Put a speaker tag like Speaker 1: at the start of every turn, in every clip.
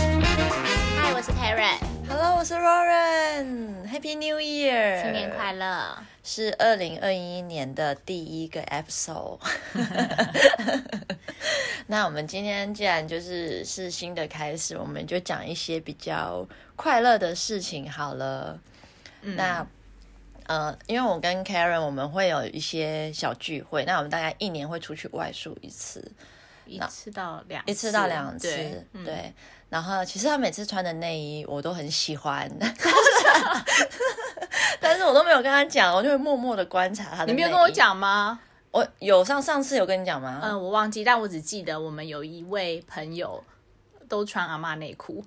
Speaker 1: 呃啊？
Speaker 2: 是二零二一年的第一个 episode。那我们今天既然就是是新的开始，我们就讲一些比较快乐的事情好了。
Speaker 1: 嗯
Speaker 2: 那呃，因为我跟 Karen 我们会有一些小聚会，那我们大概一年会出去外宿一次，
Speaker 1: 一次到两次，
Speaker 2: 一次到两次，
Speaker 1: 对，嗯
Speaker 2: 对然后其实她每次穿的内衣我都很喜欢， 但是我都没有跟她讲，我就会默默的观察她的。
Speaker 1: 你没有跟我，讲吗？
Speaker 2: 我有上上次有跟你讲吗？
Speaker 1: 嗯，我忘记，但我只记得我们有一位朋友都穿阿妈内 裤，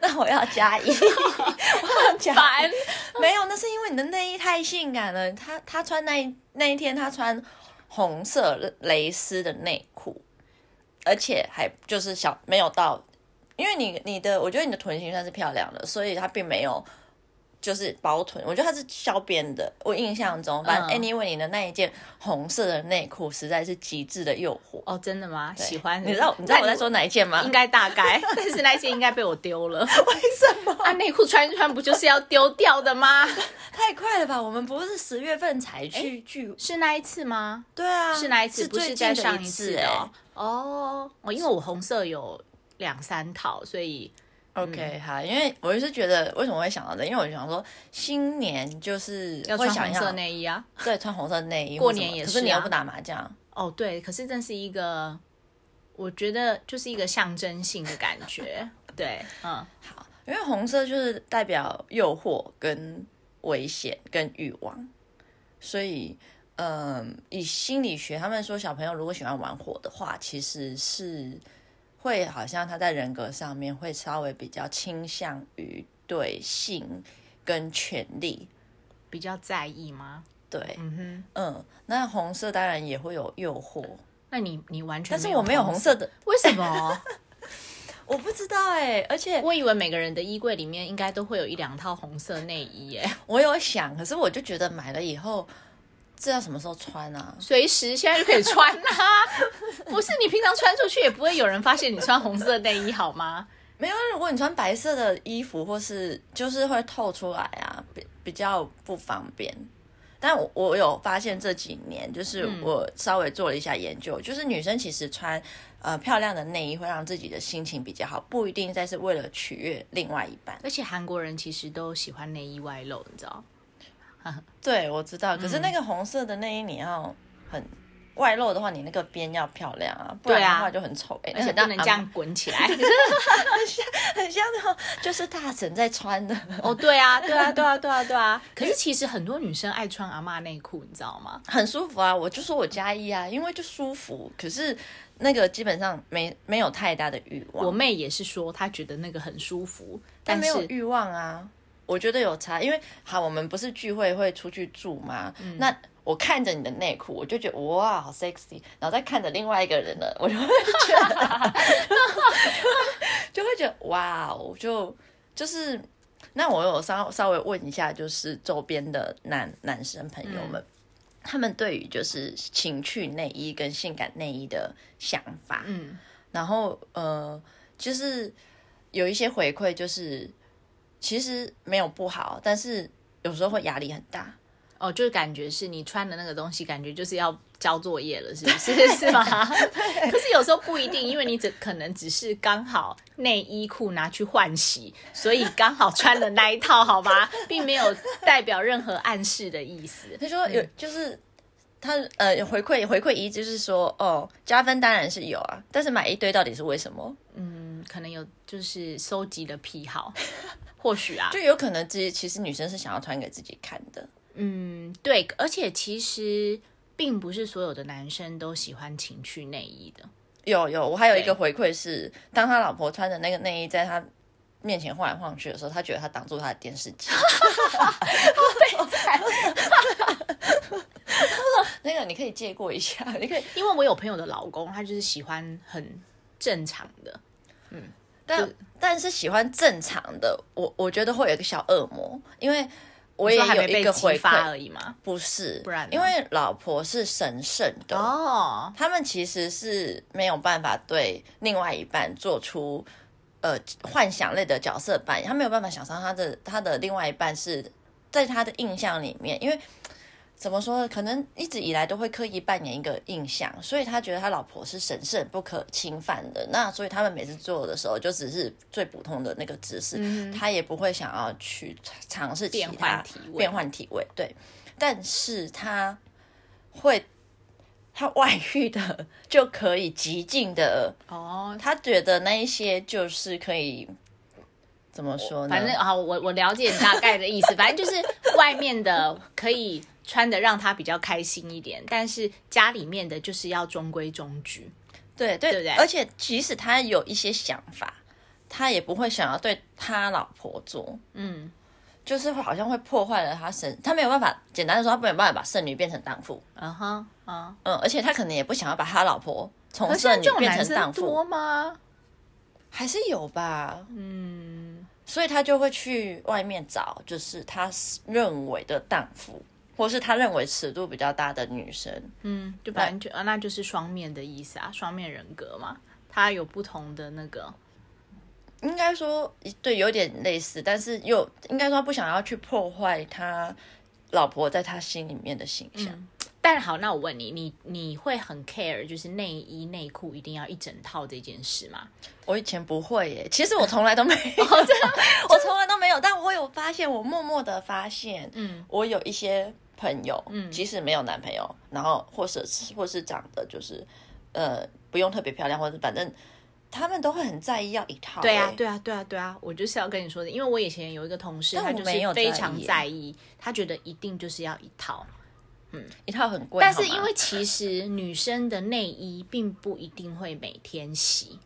Speaker 2: 那我要加一，我要加一
Speaker 1: 烦。
Speaker 2: 没有，那是因为你的内衣太性感了。她她穿那一那一天，她穿红色蕾丝的内裤，而且还就是小没有到，因为你你的，我觉得你的臀型算是漂亮的，所以她并没有就是包臀，我觉得她是削边的。我印象中，反正
Speaker 1: 嗯
Speaker 2: anyway，你的那一件红色的内裤实在是极致的诱惑。
Speaker 1: 哦，真的吗？
Speaker 2: 对
Speaker 1: 喜欢
Speaker 2: 你知道你知道我在说哪一件吗
Speaker 1: 应？该大概，但是那些应该被我丢了。 为什么？啊，内裤穿一穿不就是要丢掉的吗？
Speaker 2: 太快了吧！我们不是十月份才去聚？
Speaker 1: 是那一次吗？
Speaker 2: 哎对啊，
Speaker 1: 是那一次，不
Speaker 2: 最
Speaker 1: 是
Speaker 2: 近
Speaker 1: 在
Speaker 2: 的
Speaker 1: 上
Speaker 2: 一
Speaker 1: 次
Speaker 2: 次
Speaker 1: 的
Speaker 2: 哎、
Speaker 1: 哦。哦，哦因为我红色有两三套，所以
Speaker 2: OK，好，因为我就是觉得为什么会想到这，因为我就想说新年就是
Speaker 1: 要
Speaker 2: 会
Speaker 1: 穿
Speaker 2: 想
Speaker 1: 红色
Speaker 2: 要
Speaker 1: 内衣啊。
Speaker 2: 对穿红色内衣或
Speaker 1: 过
Speaker 2: 什么，
Speaker 1: 年也
Speaker 2: 可
Speaker 1: 是
Speaker 2: 是你又
Speaker 1: 啊
Speaker 2: 不打麻将，
Speaker 1: 哦，对，可是这是一个，我觉得就是一个象征性的感觉。对，嗯，
Speaker 2: 好，因为红色就是代表诱惑、跟危险、跟欲望，所以嗯，以心理学他们说，小朋友如果喜欢玩火的话，其实是会好像他在人格上面会稍微比较倾向于对性跟权力，
Speaker 1: 比较在意吗？
Speaker 2: 对，
Speaker 1: 嗯哼，
Speaker 2: 嗯，那红色当然也会有诱惑，
Speaker 1: 那你你完全，
Speaker 2: 但是我没有红，色的，
Speaker 1: 为什么？
Speaker 2: 我不知道哎、而且
Speaker 1: 我以为每个人的衣柜里面应该都会有一两套红色内衣耶，
Speaker 2: 我有想，可是我就觉得买了以后，这要什么时候穿啊？
Speaker 1: 随时现在就可以穿啦、 不是你平常穿出去也不会有人发现你穿红色内衣好吗？
Speaker 2: 没有，啊如果你穿白色的衣服，或是就是会透出来啊，比比较不方便。但我我有发现这几年，就是
Speaker 1: 嗯
Speaker 2: 我稍微做了一下研究，就是女生其实穿呃漂亮的内衣会让自己的心情比较好，不一定再是为了取悦另外一半。
Speaker 1: 而且韩国人其实都喜欢内衣外露，你知道？
Speaker 2: 对，我知道。可
Speaker 1: 嗯
Speaker 2: 是那个红色的内衣你要很外露的话，你那个边要漂亮啊，不然
Speaker 1: 对啊
Speaker 2: 的话就很丑哎、
Speaker 1: 而且
Speaker 2: 很
Speaker 1: 不
Speaker 2: 像
Speaker 1: 能这样滚起来。
Speaker 2: 很像那种就是大神在穿的。
Speaker 1: 哦，对 啊，对啊，对啊，对啊，对啊。可是其实很多女生爱穿阿嬷内裤，你知道吗？
Speaker 2: 很舒服啊，我就说我加一啊，因为就舒服。可是那个基本上没没有太大的欲望，
Speaker 1: 我妹也是说她觉得那个很舒服，
Speaker 2: 但
Speaker 1: 但
Speaker 2: 没有
Speaker 1: 是
Speaker 2: 欲望啊。我觉得有差，因为好，我们不是聚会会出去住吗？那我看着你的内裤，我就觉得哇，好 sexy，然后再看着另外一个人的，我就会觉得， 就会觉得哇哦，我就就是。那我有稍稍微问一下，就是周边的男男生朋友们，他们对于就是情趣内衣跟性感内衣的想法，
Speaker 1: 嗯，
Speaker 2: 然后呃，就是有一些回馈，就是其实没有不好，但是有时候会压力很大。
Speaker 1: 哦，就是感觉是你穿的那个东西，感觉就是要交作业了，是不是？ 是吗？可是有时候不一定，因为你只可能只是刚好内衣裤拿去换洗，所以刚好穿了那一套，好吧，并没有代表任何暗示的意思。
Speaker 2: 他说有就是。他呃有回馈回馈一就是说哦加分当然是有啊，但是买一堆到底是为什么？
Speaker 1: 嗯，可能有就是收集的癖好， 或许啊，
Speaker 2: 就有可能自己其实女生是想要穿给自己看的，
Speaker 1: 嗯，对，而且其实并不是所有的男生都喜欢情趣内衣 的。
Speaker 2: 有有，我还有一
Speaker 1: 对
Speaker 2: 个回馈是，当他老婆穿着那个内衣在他面前晃来晃去的时候，他觉得他挡住他的电视机。 那个你可以借过一下，你可以，
Speaker 1: 因为我有朋友的老公，他就是喜欢很正常的，
Speaker 2: 但但是喜欢正常的，我我觉得会有一个小恶魔，因为我也
Speaker 1: 说还
Speaker 2: 有
Speaker 1: 没
Speaker 2: 一
Speaker 1: 被
Speaker 2: 个
Speaker 1: 激
Speaker 2: 回
Speaker 1: 发
Speaker 2: 馈，
Speaker 1: 而已嘛。
Speaker 2: 不是，
Speaker 1: 不然呢
Speaker 2: 因为老婆是神圣的，
Speaker 1: 哦，
Speaker 2: 他们其实是没有办法对另外一半做出呃幻想类的角色扮演，他没有办法想象他的他的另外一半是在他的印象里面，因为怎么说呢，可能一直以来都会刻意扮演一个印象，所以他觉得他老婆是神圣不可侵犯的。那所以他们每次做的时候，就只是最普通的那个姿势，他也不会想要去尝试其
Speaker 1: 嗯变
Speaker 2: 他
Speaker 1: 换体位
Speaker 2: 变换体位。对，但是他会。他外遇的就可以极尽的，
Speaker 1: 哦，
Speaker 2: 他觉得那一些就是可以怎么说呢？
Speaker 1: 反正好，我我了解你大概的意思。反正就是外面的可以穿的让他比较开心一点，但是家里面的就是要中规中矩。
Speaker 2: 对对
Speaker 1: 对不对
Speaker 2: 而且即使他有一些想法，他也不会想要对他老婆做，
Speaker 1: 嗯，
Speaker 2: 就是会好像会破坏了他圣，他没有办法，简单的说，他没有办法把剩女变成荡妇，
Speaker 1: 嗯哼，啊，
Speaker 2: 嗯，而且他可能也不想要把他老婆从
Speaker 1: 可是
Speaker 2: 剩女
Speaker 1: 这种
Speaker 2: 变
Speaker 1: 男
Speaker 2: 成
Speaker 1: 生
Speaker 2: 荡妇，
Speaker 1: 多吗？
Speaker 2: 还是有吧，
Speaker 1: 嗯，
Speaker 2: 所以他就会去外面找，就是他认为的荡妇，或是他认为尺度比较大的女生，
Speaker 1: 嗯，就反正就啊，那就是双面的意思啊，双面人格嘛，他有不同的那个，
Speaker 2: 应该说对，有点类似，但是又应该说他不想要去破坏他老婆在他心里面的形象。
Speaker 1: 但好，那我问你，你你会很 care 就是内衣内裤一定要一整套这件事吗？
Speaker 2: 我以前不会耶，其实我从来都没 有，
Speaker 1: 哦
Speaker 2: 我从来都没有，但我有发现，我默默的发现，
Speaker 1: 嗯，
Speaker 2: 我有一些朋友，
Speaker 1: 嗯
Speaker 2: 即使没有男朋友，然后或者是或是长得就是呃不用特别漂亮，或者反正他们都会很在意要一套耶。
Speaker 1: 对啊，对啊，对啊，对啊，我就是要跟你说的，因为我以前有一个同事，
Speaker 2: 但
Speaker 1: 他
Speaker 2: 我
Speaker 1: 就
Speaker 2: 没有
Speaker 1: 是非
Speaker 2: 在
Speaker 1: 常
Speaker 2: 意
Speaker 1: 在意，他觉得一定就是要一套，
Speaker 2: 一套很贵，
Speaker 1: 但是
Speaker 2: 好吗
Speaker 1: 因为其实女生的内衣并不一定会每天洗，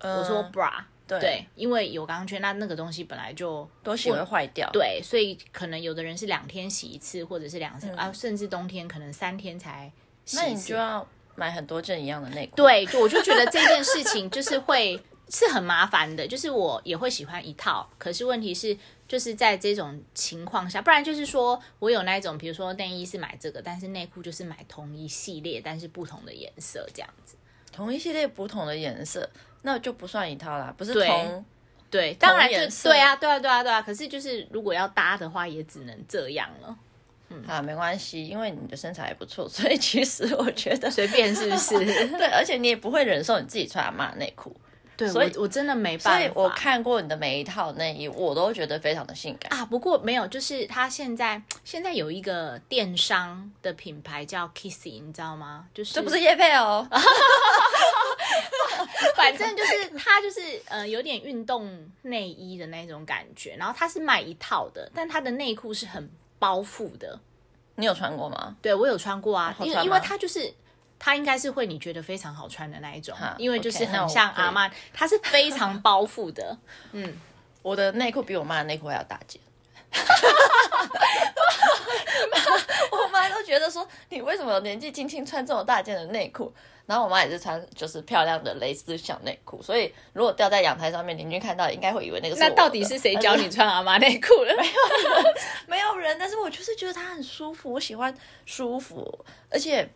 Speaker 2: 嗯
Speaker 1: 我说 bra，
Speaker 2: 对
Speaker 1: 对，因为有钢圈，那那个东西本来就
Speaker 2: 多洗会坏掉，
Speaker 1: 对，所以可能有的人是两天洗一次，或者是两三、啊，甚至冬天可能三天才洗
Speaker 2: 嗯那
Speaker 1: 一
Speaker 2: 你
Speaker 1: 次
Speaker 2: 就。要买很多件一样的内裤。
Speaker 1: 对，就我就觉得这件事情就是会是很麻烦的，就是我也会喜欢一套，可是问题是就是在这种情况下，不然就是说我有那一种，比如说内衣是买这个，但是内裤就是买同一系列，但是不同的颜色这样子。
Speaker 2: 同一系列不同的颜色，那就不算一套啦，不是
Speaker 1: 对
Speaker 2: 同
Speaker 1: 对，当然就
Speaker 2: 颜色
Speaker 1: 对啊，对啊，对啊，对啊。可是就是如果要搭的话，也只能这样了，嗯
Speaker 2: 啊，没关系，因为你的身材还不错，所以其实我觉得
Speaker 1: 随便是不 是？
Speaker 2: 对，而且你也不会忍受你自己穿阿妈内裤，
Speaker 1: 对，
Speaker 2: 所以
Speaker 1: 我我真的没
Speaker 2: 所
Speaker 1: 办
Speaker 2: 以
Speaker 1: 法。
Speaker 2: 我看过你的每一套内衣，我都觉得非常的性感。
Speaker 1: 啊，不过没有，就是他现在现在有一个电商的品牌叫 Kissy，你知道吗？就是
Speaker 2: 这不是叶配哦，
Speaker 1: 反正就是它就是呃有点运动内衣的那种感觉，然后它是卖一套的，但它的内裤是很包覆的。
Speaker 2: 你有穿过吗？
Speaker 1: 对我有穿过啊，
Speaker 2: 哦好
Speaker 1: 因为
Speaker 2: 穿
Speaker 1: 因为
Speaker 2: 吗
Speaker 1: 它就是。它应该是会你觉得非常好穿的那一种
Speaker 2: 哈，
Speaker 1: 因为就是
Speaker 2: ，OK，那我
Speaker 1: 很像
Speaker 2: 可以
Speaker 1: 阿曼，它是非常包覆 的。
Speaker 2: 我的内裤比我妈的内裤还要大件。 我妈都觉得说你为什么年纪轻轻穿这么大件的内裤？然后我妈也是穿就是漂亮的蕾丝小内裤，所以如果掉在阳台上面，邻居看到应该会以为那个是我
Speaker 1: 那
Speaker 2: 的
Speaker 1: 到底是谁教你穿阿玛内裤的？
Speaker 2: 没有人，但是我就是觉得它很舒服，我喜欢舒服，而且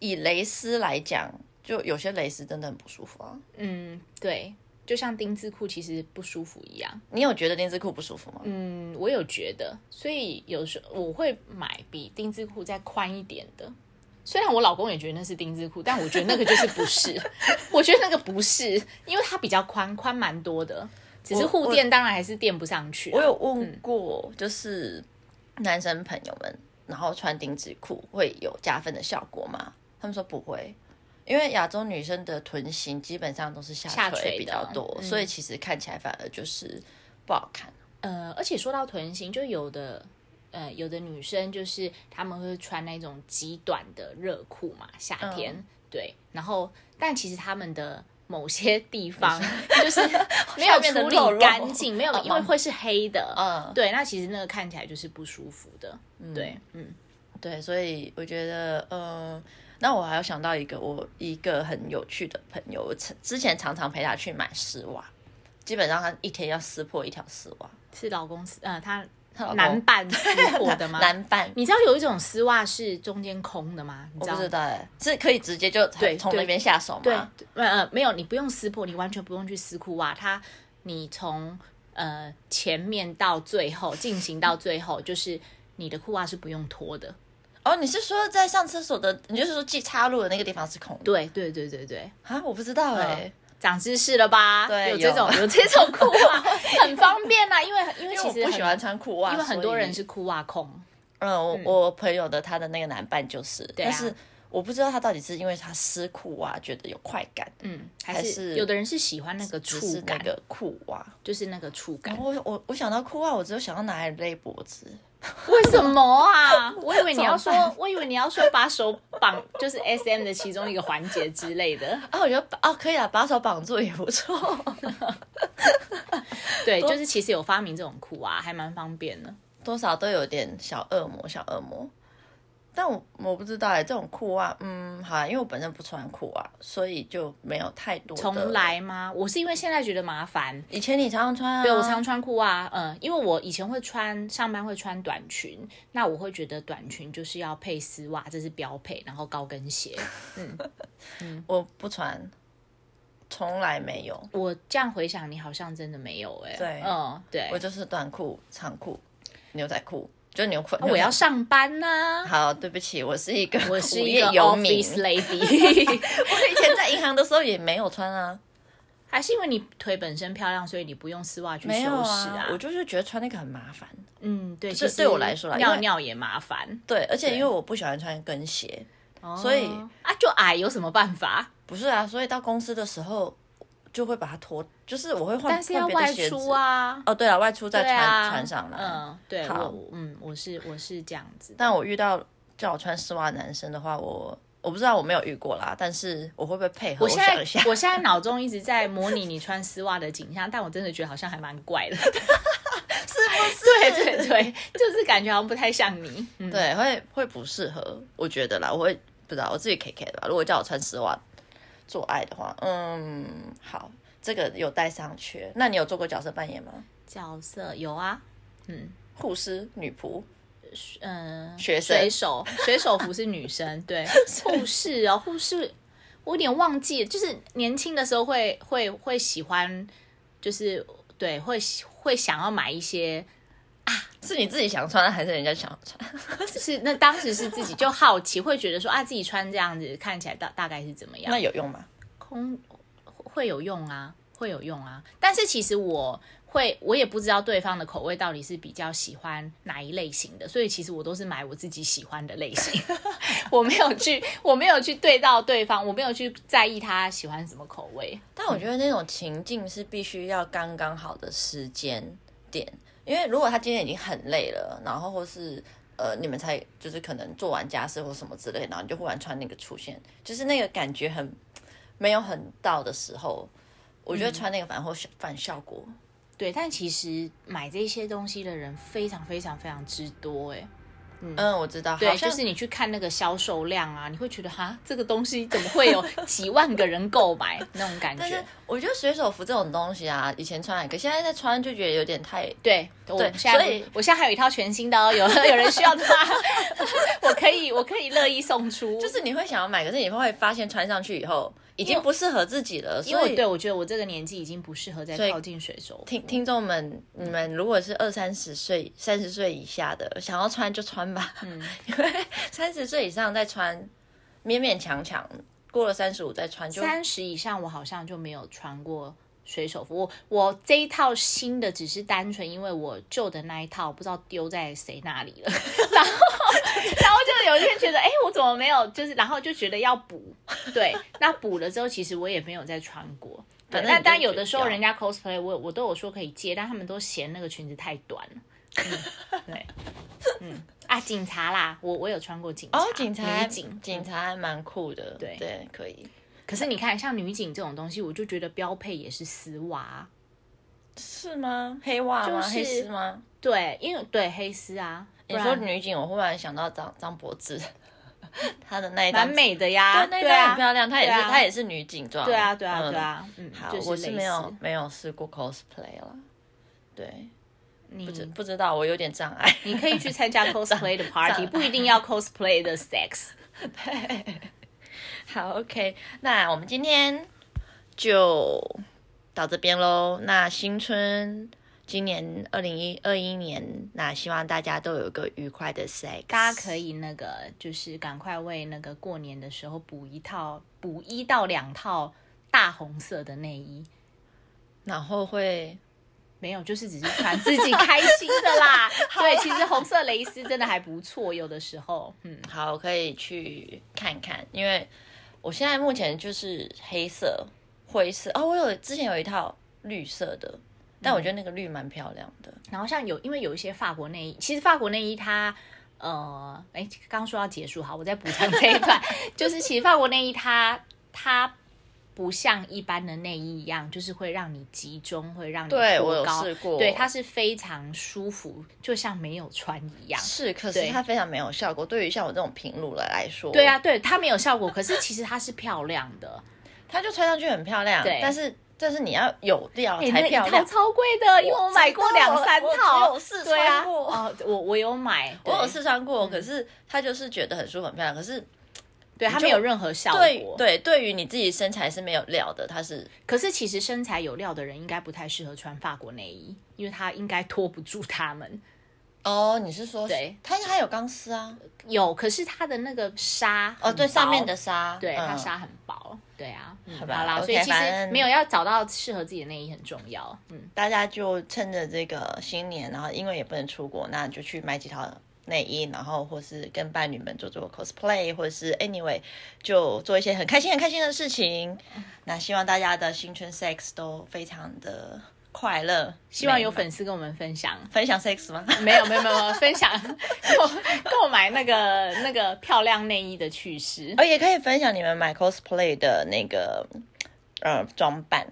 Speaker 2: 以蕾丝来讲，就有些蕾丝真的很不舒服啊。
Speaker 1: 嗯，对，就像丁字裤其实不舒服一样。
Speaker 2: 你有觉得丁字裤不舒服吗？
Speaker 1: 嗯，我有觉得，所以有时候我会买比丁字裤再宽一点的。虽然我老公也觉得那是丁字裤，但我觉得那个就是不是， 我觉得那个不是，因为它比较宽，宽蛮多的，只是
Speaker 2: 我
Speaker 1: 护
Speaker 2: 我
Speaker 1: 垫当然还是垫不上去啊、
Speaker 2: 我有问
Speaker 1: 嗯
Speaker 2: 过，就是男生朋友们，然后穿丁字裤会有加分的效果吗？他们说不会，因为亚洲女生的臀型基本上都是下
Speaker 1: 下垂
Speaker 2: 垂
Speaker 1: 的
Speaker 2: 比较多，
Speaker 1: 嗯
Speaker 2: 所以其实看起来反而就是不好看。
Speaker 1: 呃，而且说到臀型，就有的呃，有的女生就是她们会穿那种极短的热裤嘛，夏天、对，然后但其实她们的某些地 方就是没有
Speaker 2: 下面的
Speaker 1: 处
Speaker 2: 肉
Speaker 1: 理
Speaker 2: 肉
Speaker 1: 干净，没有
Speaker 2: 嗯，
Speaker 1: 因为会是黑的，
Speaker 2: 嗯
Speaker 1: 对，那其实那个看起来就是不舒服的，对，嗯，
Speaker 2: 对，所以我觉得，嗯，那我还有想到一个我一个很有趣的朋友，我曾之前常常陪他去买丝袜，基本上他一天要撕破一条丝袜，
Speaker 1: 是老公丝呃，她
Speaker 2: 她老公
Speaker 1: 男伴撕破的 吗？嗯
Speaker 2: 男伴。
Speaker 1: 你知道有一种丝袜是中间空的吗？你
Speaker 2: 我
Speaker 1: 知道
Speaker 2: 不
Speaker 1: 吗
Speaker 2: 知道哎，是可以直接就
Speaker 1: 对
Speaker 2: 从那
Speaker 1: 啊对
Speaker 2: 边下手吗？
Speaker 1: 对，呃，没有，你不用撕破，你完全不用去撕裤袜，它你从呃前面到最后进行到最后，就是你的裤袜是不用脱的。
Speaker 2: 哦，你是说在上厕所的，你就是说记插入的那个地方是空的
Speaker 1: 对嗯对对对对，
Speaker 2: 啊？我不知道哎、
Speaker 1: 长知识了吧？
Speaker 2: 对
Speaker 1: 有这种
Speaker 2: 有
Speaker 1: 有这种裤 袜，很方便啊呐、因为因为
Speaker 2: 因为
Speaker 1: 其
Speaker 2: 我
Speaker 1: 实
Speaker 2: 不喜欢
Speaker 1: 很
Speaker 2: 穿裤袜，
Speaker 1: 因为很多
Speaker 2: 所以
Speaker 1: 人是裤袜控。
Speaker 2: 嗯，我我朋友的他的那个男伴就是，但
Speaker 1: 啊
Speaker 2: 是我不知道他到底是因为他湿裤袜觉得有快感，
Speaker 1: 嗯，还
Speaker 2: 还
Speaker 1: 是
Speaker 2: 是
Speaker 1: 有的人是喜欢那个
Speaker 2: 只
Speaker 1: 触
Speaker 2: 是那
Speaker 1: 感，
Speaker 2: 个哦裤袜。
Speaker 1: 就是那个触感
Speaker 2: 然。后我我我想到裤袜，我只有想到拿来勒脖子，
Speaker 1: 为什么啊？我以为你要
Speaker 2: 怎
Speaker 1: 说
Speaker 2: 么办，
Speaker 1: 我以为你要说把手绑，就是 S M 的其中一个环节之类的。
Speaker 2: 啊，我觉得啊可以啊，把手绑住也不错。
Speaker 1: 对，就是其实有发明这种裤啊，还蛮方便的。
Speaker 2: 多少都有点小恶魔，小恶魔。但我我不知道哎、这种裤袜，嗯，好、啊，因为我本身不穿裤袜，所以就没有太多的。嗯
Speaker 1: 重，来吗？我是因为现在觉得麻烦，
Speaker 2: 以前你常常穿啊，
Speaker 1: 对我常穿裤啊，嗯，因为我以前会穿上班会穿短裙，那我会觉得短裙就是要配丝袜，这是标配，然后高跟鞋。
Speaker 2: 我不穿，从来没有，
Speaker 1: 我这样回想，你好像真的没有哎、
Speaker 2: 对
Speaker 1: 嗯，对
Speaker 2: 我，就是短裤、长裤、牛仔裤，就牛裤。
Speaker 1: 啊我要上班呐、
Speaker 2: 好，对不起，我是一个
Speaker 1: 我是
Speaker 2: 无
Speaker 1: 一
Speaker 2: 业
Speaker 1: 个
Speaker 2: 游民。
Speaker 1: office lady，
Speaker 2: 我以前在银行的时候也没有穿啊，
Speaker 1: 还是因为你腿本身漂亮，所以你不用丝袜去
Speaker 2: 没有
Speaker 1: 修饰
Speaker 2: 啊，我就是觉得穿那个很麻烦。
Speaker 1: 嗯，对，
Speaker 2: 这
Speaker 1: 其实
Speaker 2: 对我来说啦因为
Speaker 1: 尿尿也麻烦，
Speaker 2: 对，而且因为我不喜欢穿跟鞋，所以
Speaker 1: 哦啊，就矮有什么办法？
Speaker 2: 不是啊，所以到公司的时候就会把它脱，就是我会换
Speaker 1: 但是要
Speaker 2: 换别
Speaker 1: 外
Speaker 2: 的鞋
Speaker 1: 出
Speaker 2: 子。
Speaker 1: 啊，
Speaker 2: 哦，对啊，外出再
Speaker 1: 对
Speaker 2: 穿、
Speaker 1: 啊，
Speaker 2: 穿上来。
Speaker 1: 嗯，对
Speaker 2: 好
Speaker 1: 我，嗯，我是我是这样子的，
Speaker 2: 但我遇到叫我穿丝袜的男生的话，我我不知道我没有遇过啦，但是我会不会配
Speaker 1: 我
Speaker 2: 合？我
Speaker 1: 现
Speaker 2: 想一
Speaker 1: 在
Speaker 2: 下，
Speaker 1: 我现在脑中一直在模拟你穿丝袜的景象，但我真的觉得好像还蛮 怪的，是不 是？对对对，就是感觉好像不太像你。嗯，
Speaker 2: 对，会会不适合，我觉得啦，我会不知道我自己 K K 的吧。如果叫我穿丝袜做爱的话，嗯，好，这个有待商榷。那你有做过角色扮演吗？
Speaker 1: 角色有啊，嗯
Speaker 2: 护士、女仆，
Speaker 1: 嗯、呃
Speaker 2: 学生
Speaker 1: 水手，水手服是女生，对，护士哦，护士，我有点忘记了，就是年轻的时候会会会喜欢，就是对会喜会想要买一些
Speaker 2: 是你自己想穿还是人家想穿？
Speaker 1: 是那当时是自己就好奇，会觉得说啊，自己穿这样子看起来大大概是怎么样
Speaker 2: 那？有用吗？
Speaker 1: 空会有用啊，会有用啊。但是其实我会，我也不知道对方的口味到底是比较喜欢哪一类型的，所以其实我都是买我自己喜欢的类型， 我没有去，我没有去对到对方，我没有去在意他喜欢什么口味。
Speaker 2: 但我觉得那种情境是必须要刚刚好的时间点，因为如果他今天已经很累了，然后或是呃你们才就是可能做完家事或什么之类，然后你就忽然穿那个出现，就是那个感觉很没有很到的时候，我觉得穿那个反而会效反效果。
Speaker 1: 对，但其实买这些东西的人非常非常非常之多、欸，
Speaker 2: 嗯，我知道，好
Speaker 1: 对，
Speaker 2: 像
Speaker 1: 就是你去看那个销售量啊，你会觉得哈，这个东西怎么会有几万个人购买那种感
Speaker 2: 但是
Speaker 1: 觉？
Speaker 2: 我觉得水手服这种东西啊，以前穿还可以，现在再穿就觉得有点太
Speaker 1: 对，我
Speaker 2: 对
Speaker 1: 现在
Speaker 2: 所以
Speaker 1: 我现在还有一套全新的哦，有 有人需要的话，我可以我可以乐意送出。
Speaker 2: 就是你会想要买，可是你会发现穿上去以后已
Speaker 1: 因
Speaker 2: 经
Speaker 1: 为
Speaker 2: 不适合自己了，
Speaker 1: 因
Speaker 2: 所
Speaker 1: 为
Speaker 2: 以
Speaker 1: 对我觉得我这个年纪已经不适合再
Speaker 2: 所以
Speaker 1: 靠近水手服。
Speaker 2: 听听众们，你们如果是二三十岁、三十岁以下的，想要穿就穿吧，
Speaker 1: 嗯
Speaker 2: 因为三十岁以上再穿，勉勉强强过了三十五再穿就
Speaker 1: 三十以上，我好像就没有穿过水手服。我我这一套新的只是单纯因为我旧的那一套不知道丢在谁那里了， 然后然后就有一天觉得，哎、我怎么没有？就是然后就觉得要补，对，那补了之后，其实我也没有再穿过。对，
Speaker 2: 反正
Speaker 1: 那
Speaker 2: 你就
Speaker 1: 但有的时候
Speaker 2: 觉得
Speaker 1: 人家 cosplay，我我都有说可以借，但他们都嫌那个裙子太短了。嗯，对，嗯啊，警察啦，我我有穿过警察，
Speaker 2: 哦，警察
Speaker 1: 女警，
Speaker 2: 警察还蛮酷的，对对，可以
Speaker 1: 可是你看，像女警这种东西，我就觉得标配也是丝袜啊，
Speaker 2: 是吗？黑袜吗？
Speaker 1: 就是
Speaker 2: 黑丝吗？
Speaker 1: 对，因为对黑丝啊，
Speaker 2: 你
Speaker 1: 不
Speaker 2: 说
Speaker 1: 然
Speaker 2: 女警，我忽然想到张张柏芝， 她的那一张
Speaker 1: 蛮，美的呀，
Speaker 2: 那一
Speaker 1: 对
Speaker 2: 张
Speaker 1: 啊，
Speaker 2: 很漂亮，她也是
Speaker 1: 对啊
Speaker 2: 她也是女警装，
Speaker 1: 对啊，对啊，
Speaker 2: 嗯
Speaker 1: 对。啊，嗯，
Speaker 2: 好，
Speaker 1: 就
Speaker 2: 我
Speaker 1: 是
Speaker 2: 是
Speaker 1: 类
Speaker 2: 没有
Speaker 1: 似，
Speaker 2: 没有试过 cosplay 了，对。不知
Speaker 1: 你
Speaker 2: 不知道，我有点障碍。
Speaker 1: 你可以去参加 cosplay 的 party，
Speaker 2: 长
Speaker 1: 不一定要 cosplay 的 sex。
Speaker 2: 好，OK，那我们今天就到这边喽。那新春今年二零一二一年，那希望大家都有一个愉快的 sex。
Speaker 1: 大家可以那个就是赶快为那个过年的时候补一套，补一到两套大红色的内衣。
Speaker 2: 然后会
Speaker 1: 没有，就是只是穿自己开心的 啦。对，
Speaker 2: 啊
Speaker 1: 其实红色蕾丝真的还不错，有的时候，嗯，
Speaker 2: 好可以去看看，因为我现在目前就是黑色、灰色哦，我有之前有一套绿色的，但
Speaker 1: 嗯
Speaker 2: 我觉得那个绿蛮漂亮的。
Speaker 1: 然后像有，因为有一些法国内衣，其实法国内衣它，呃，哎，刚说要结束，好，我再补充这一段， 就是其实法国内衣它它不像一般的内衣一样，就是会让你集中，会让你
Speaker 2: 对我
Speaker 1: 脱
Speaker 2: 有
Speaker 1: 高，
Speaker 2: 试过
Speaker 1: 对，它是非常舒服，就像没有穿一样。
Speaker 2: 是，可是
Speaker 1: 对
Speaker 2: 它非常没有效果。对于像我这种平乳的来说，
Speaker 1: 对啊，，对它没有效果，可是其实它是漂亮
Speaker 2: 哦
Speaker 1: 的，
Speaker 2: 它就穿上去很漂亮，
Speaker 1: 对
Speaker 2: 但是但是你要有料
Speaker 1: 哎，
Speaker 2: 才
Speaker 1: 那一
Speaker 2: 漂
Speaker 1: 套
Speaker 2: 亮。
Speaker 1: 超贵的，因为我买过两三
Speaker 2: 我知道
Speaker 1: 套，
Speaker 2: 我我只有试
Speaker 1: 对啊，
Speaker 2: 穿过
Speaker 1: 哦，我我有买，
Speaker 2: 我有
Speaker 1: 对嗯
Speaker 2: 试穿过，可是它就是觉得很舒服、很漂亮。可是
Speaker 1: 对它
Speaker 2: 就
Speaker 1: 没有任何效果，
Speaker 2: 对对，对于你自己身材是没有料的，它是
Speaker 1: 可是其实身材有料的人应该不太适合穿法国内衣，因为他应该拖不住他们。
Speaker 2: 哦，你是说
Speaker 1: 对
Speaker 2: 它它有钢丝啊？
Speaker 1: 有，可是他的那个纱
Speaker 2: 哦，
Speaker 1: 很
Speaker 2: 对，
Speaker 1: 呃薄
Speaker 2: 上面的纱，
Speaker 1: 对它
Speaker 2: 嗯
Speaker 1: 纱很薄，对啊，嗯
Speaker 2: 好吧
Speaker 1: 好啦，
Speaker 2: ，OK，
Speaker 1: 所以其
Speaker 2: 反
Speaker 1: 实
Speaker 2: 正
Speaker 1: 没有要找到适合自己的内衣很重要，嗯，
Speaker 2: 大家就趁着这个新年，然后因为也不能出国，那就去买几套内衣，然后或是跟伴侣们做做 cosplay，或者是 anyway，就做一些很开心很开心的事情。那希望大家的新春 sex 都非常的快乐。
Speaker 1: 希望有
Speaker 2: 美满
Speaker 1: 粉丝跟我们分享。
Speaker 2: 分享 sex 吗？
Speaker 1: 没有没有没有没有分享购购买那个那个漂亮内衣的趣事
Speaker 2: 哦，，也可以分享你们买 cosplay 的那个呃装扮，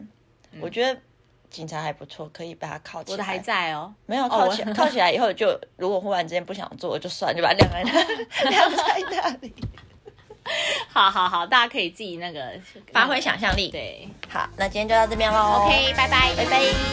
Speaker 2: 我觉得。警察还不错，可以把它铐起来。
Speaker 1: 我的还在哦。
Speaker 2: 没有
Speaker 1: 哦
Speaker 2: 靠
Speaker 1: 我
Speaker 2: 起 来，靠起来以后就，如果忽然之间不想做，就算了就把它晾在 那，晾在那里，
Speaker 1: 好好好，大家可以自己那个
Speaker 2: 发挥想象力。
Speaker 1: 对
Speaker 2: 好，那今天就到这边喽。
Speaker 1: ，OK，拜拜，
Speaker 2: 拜拜。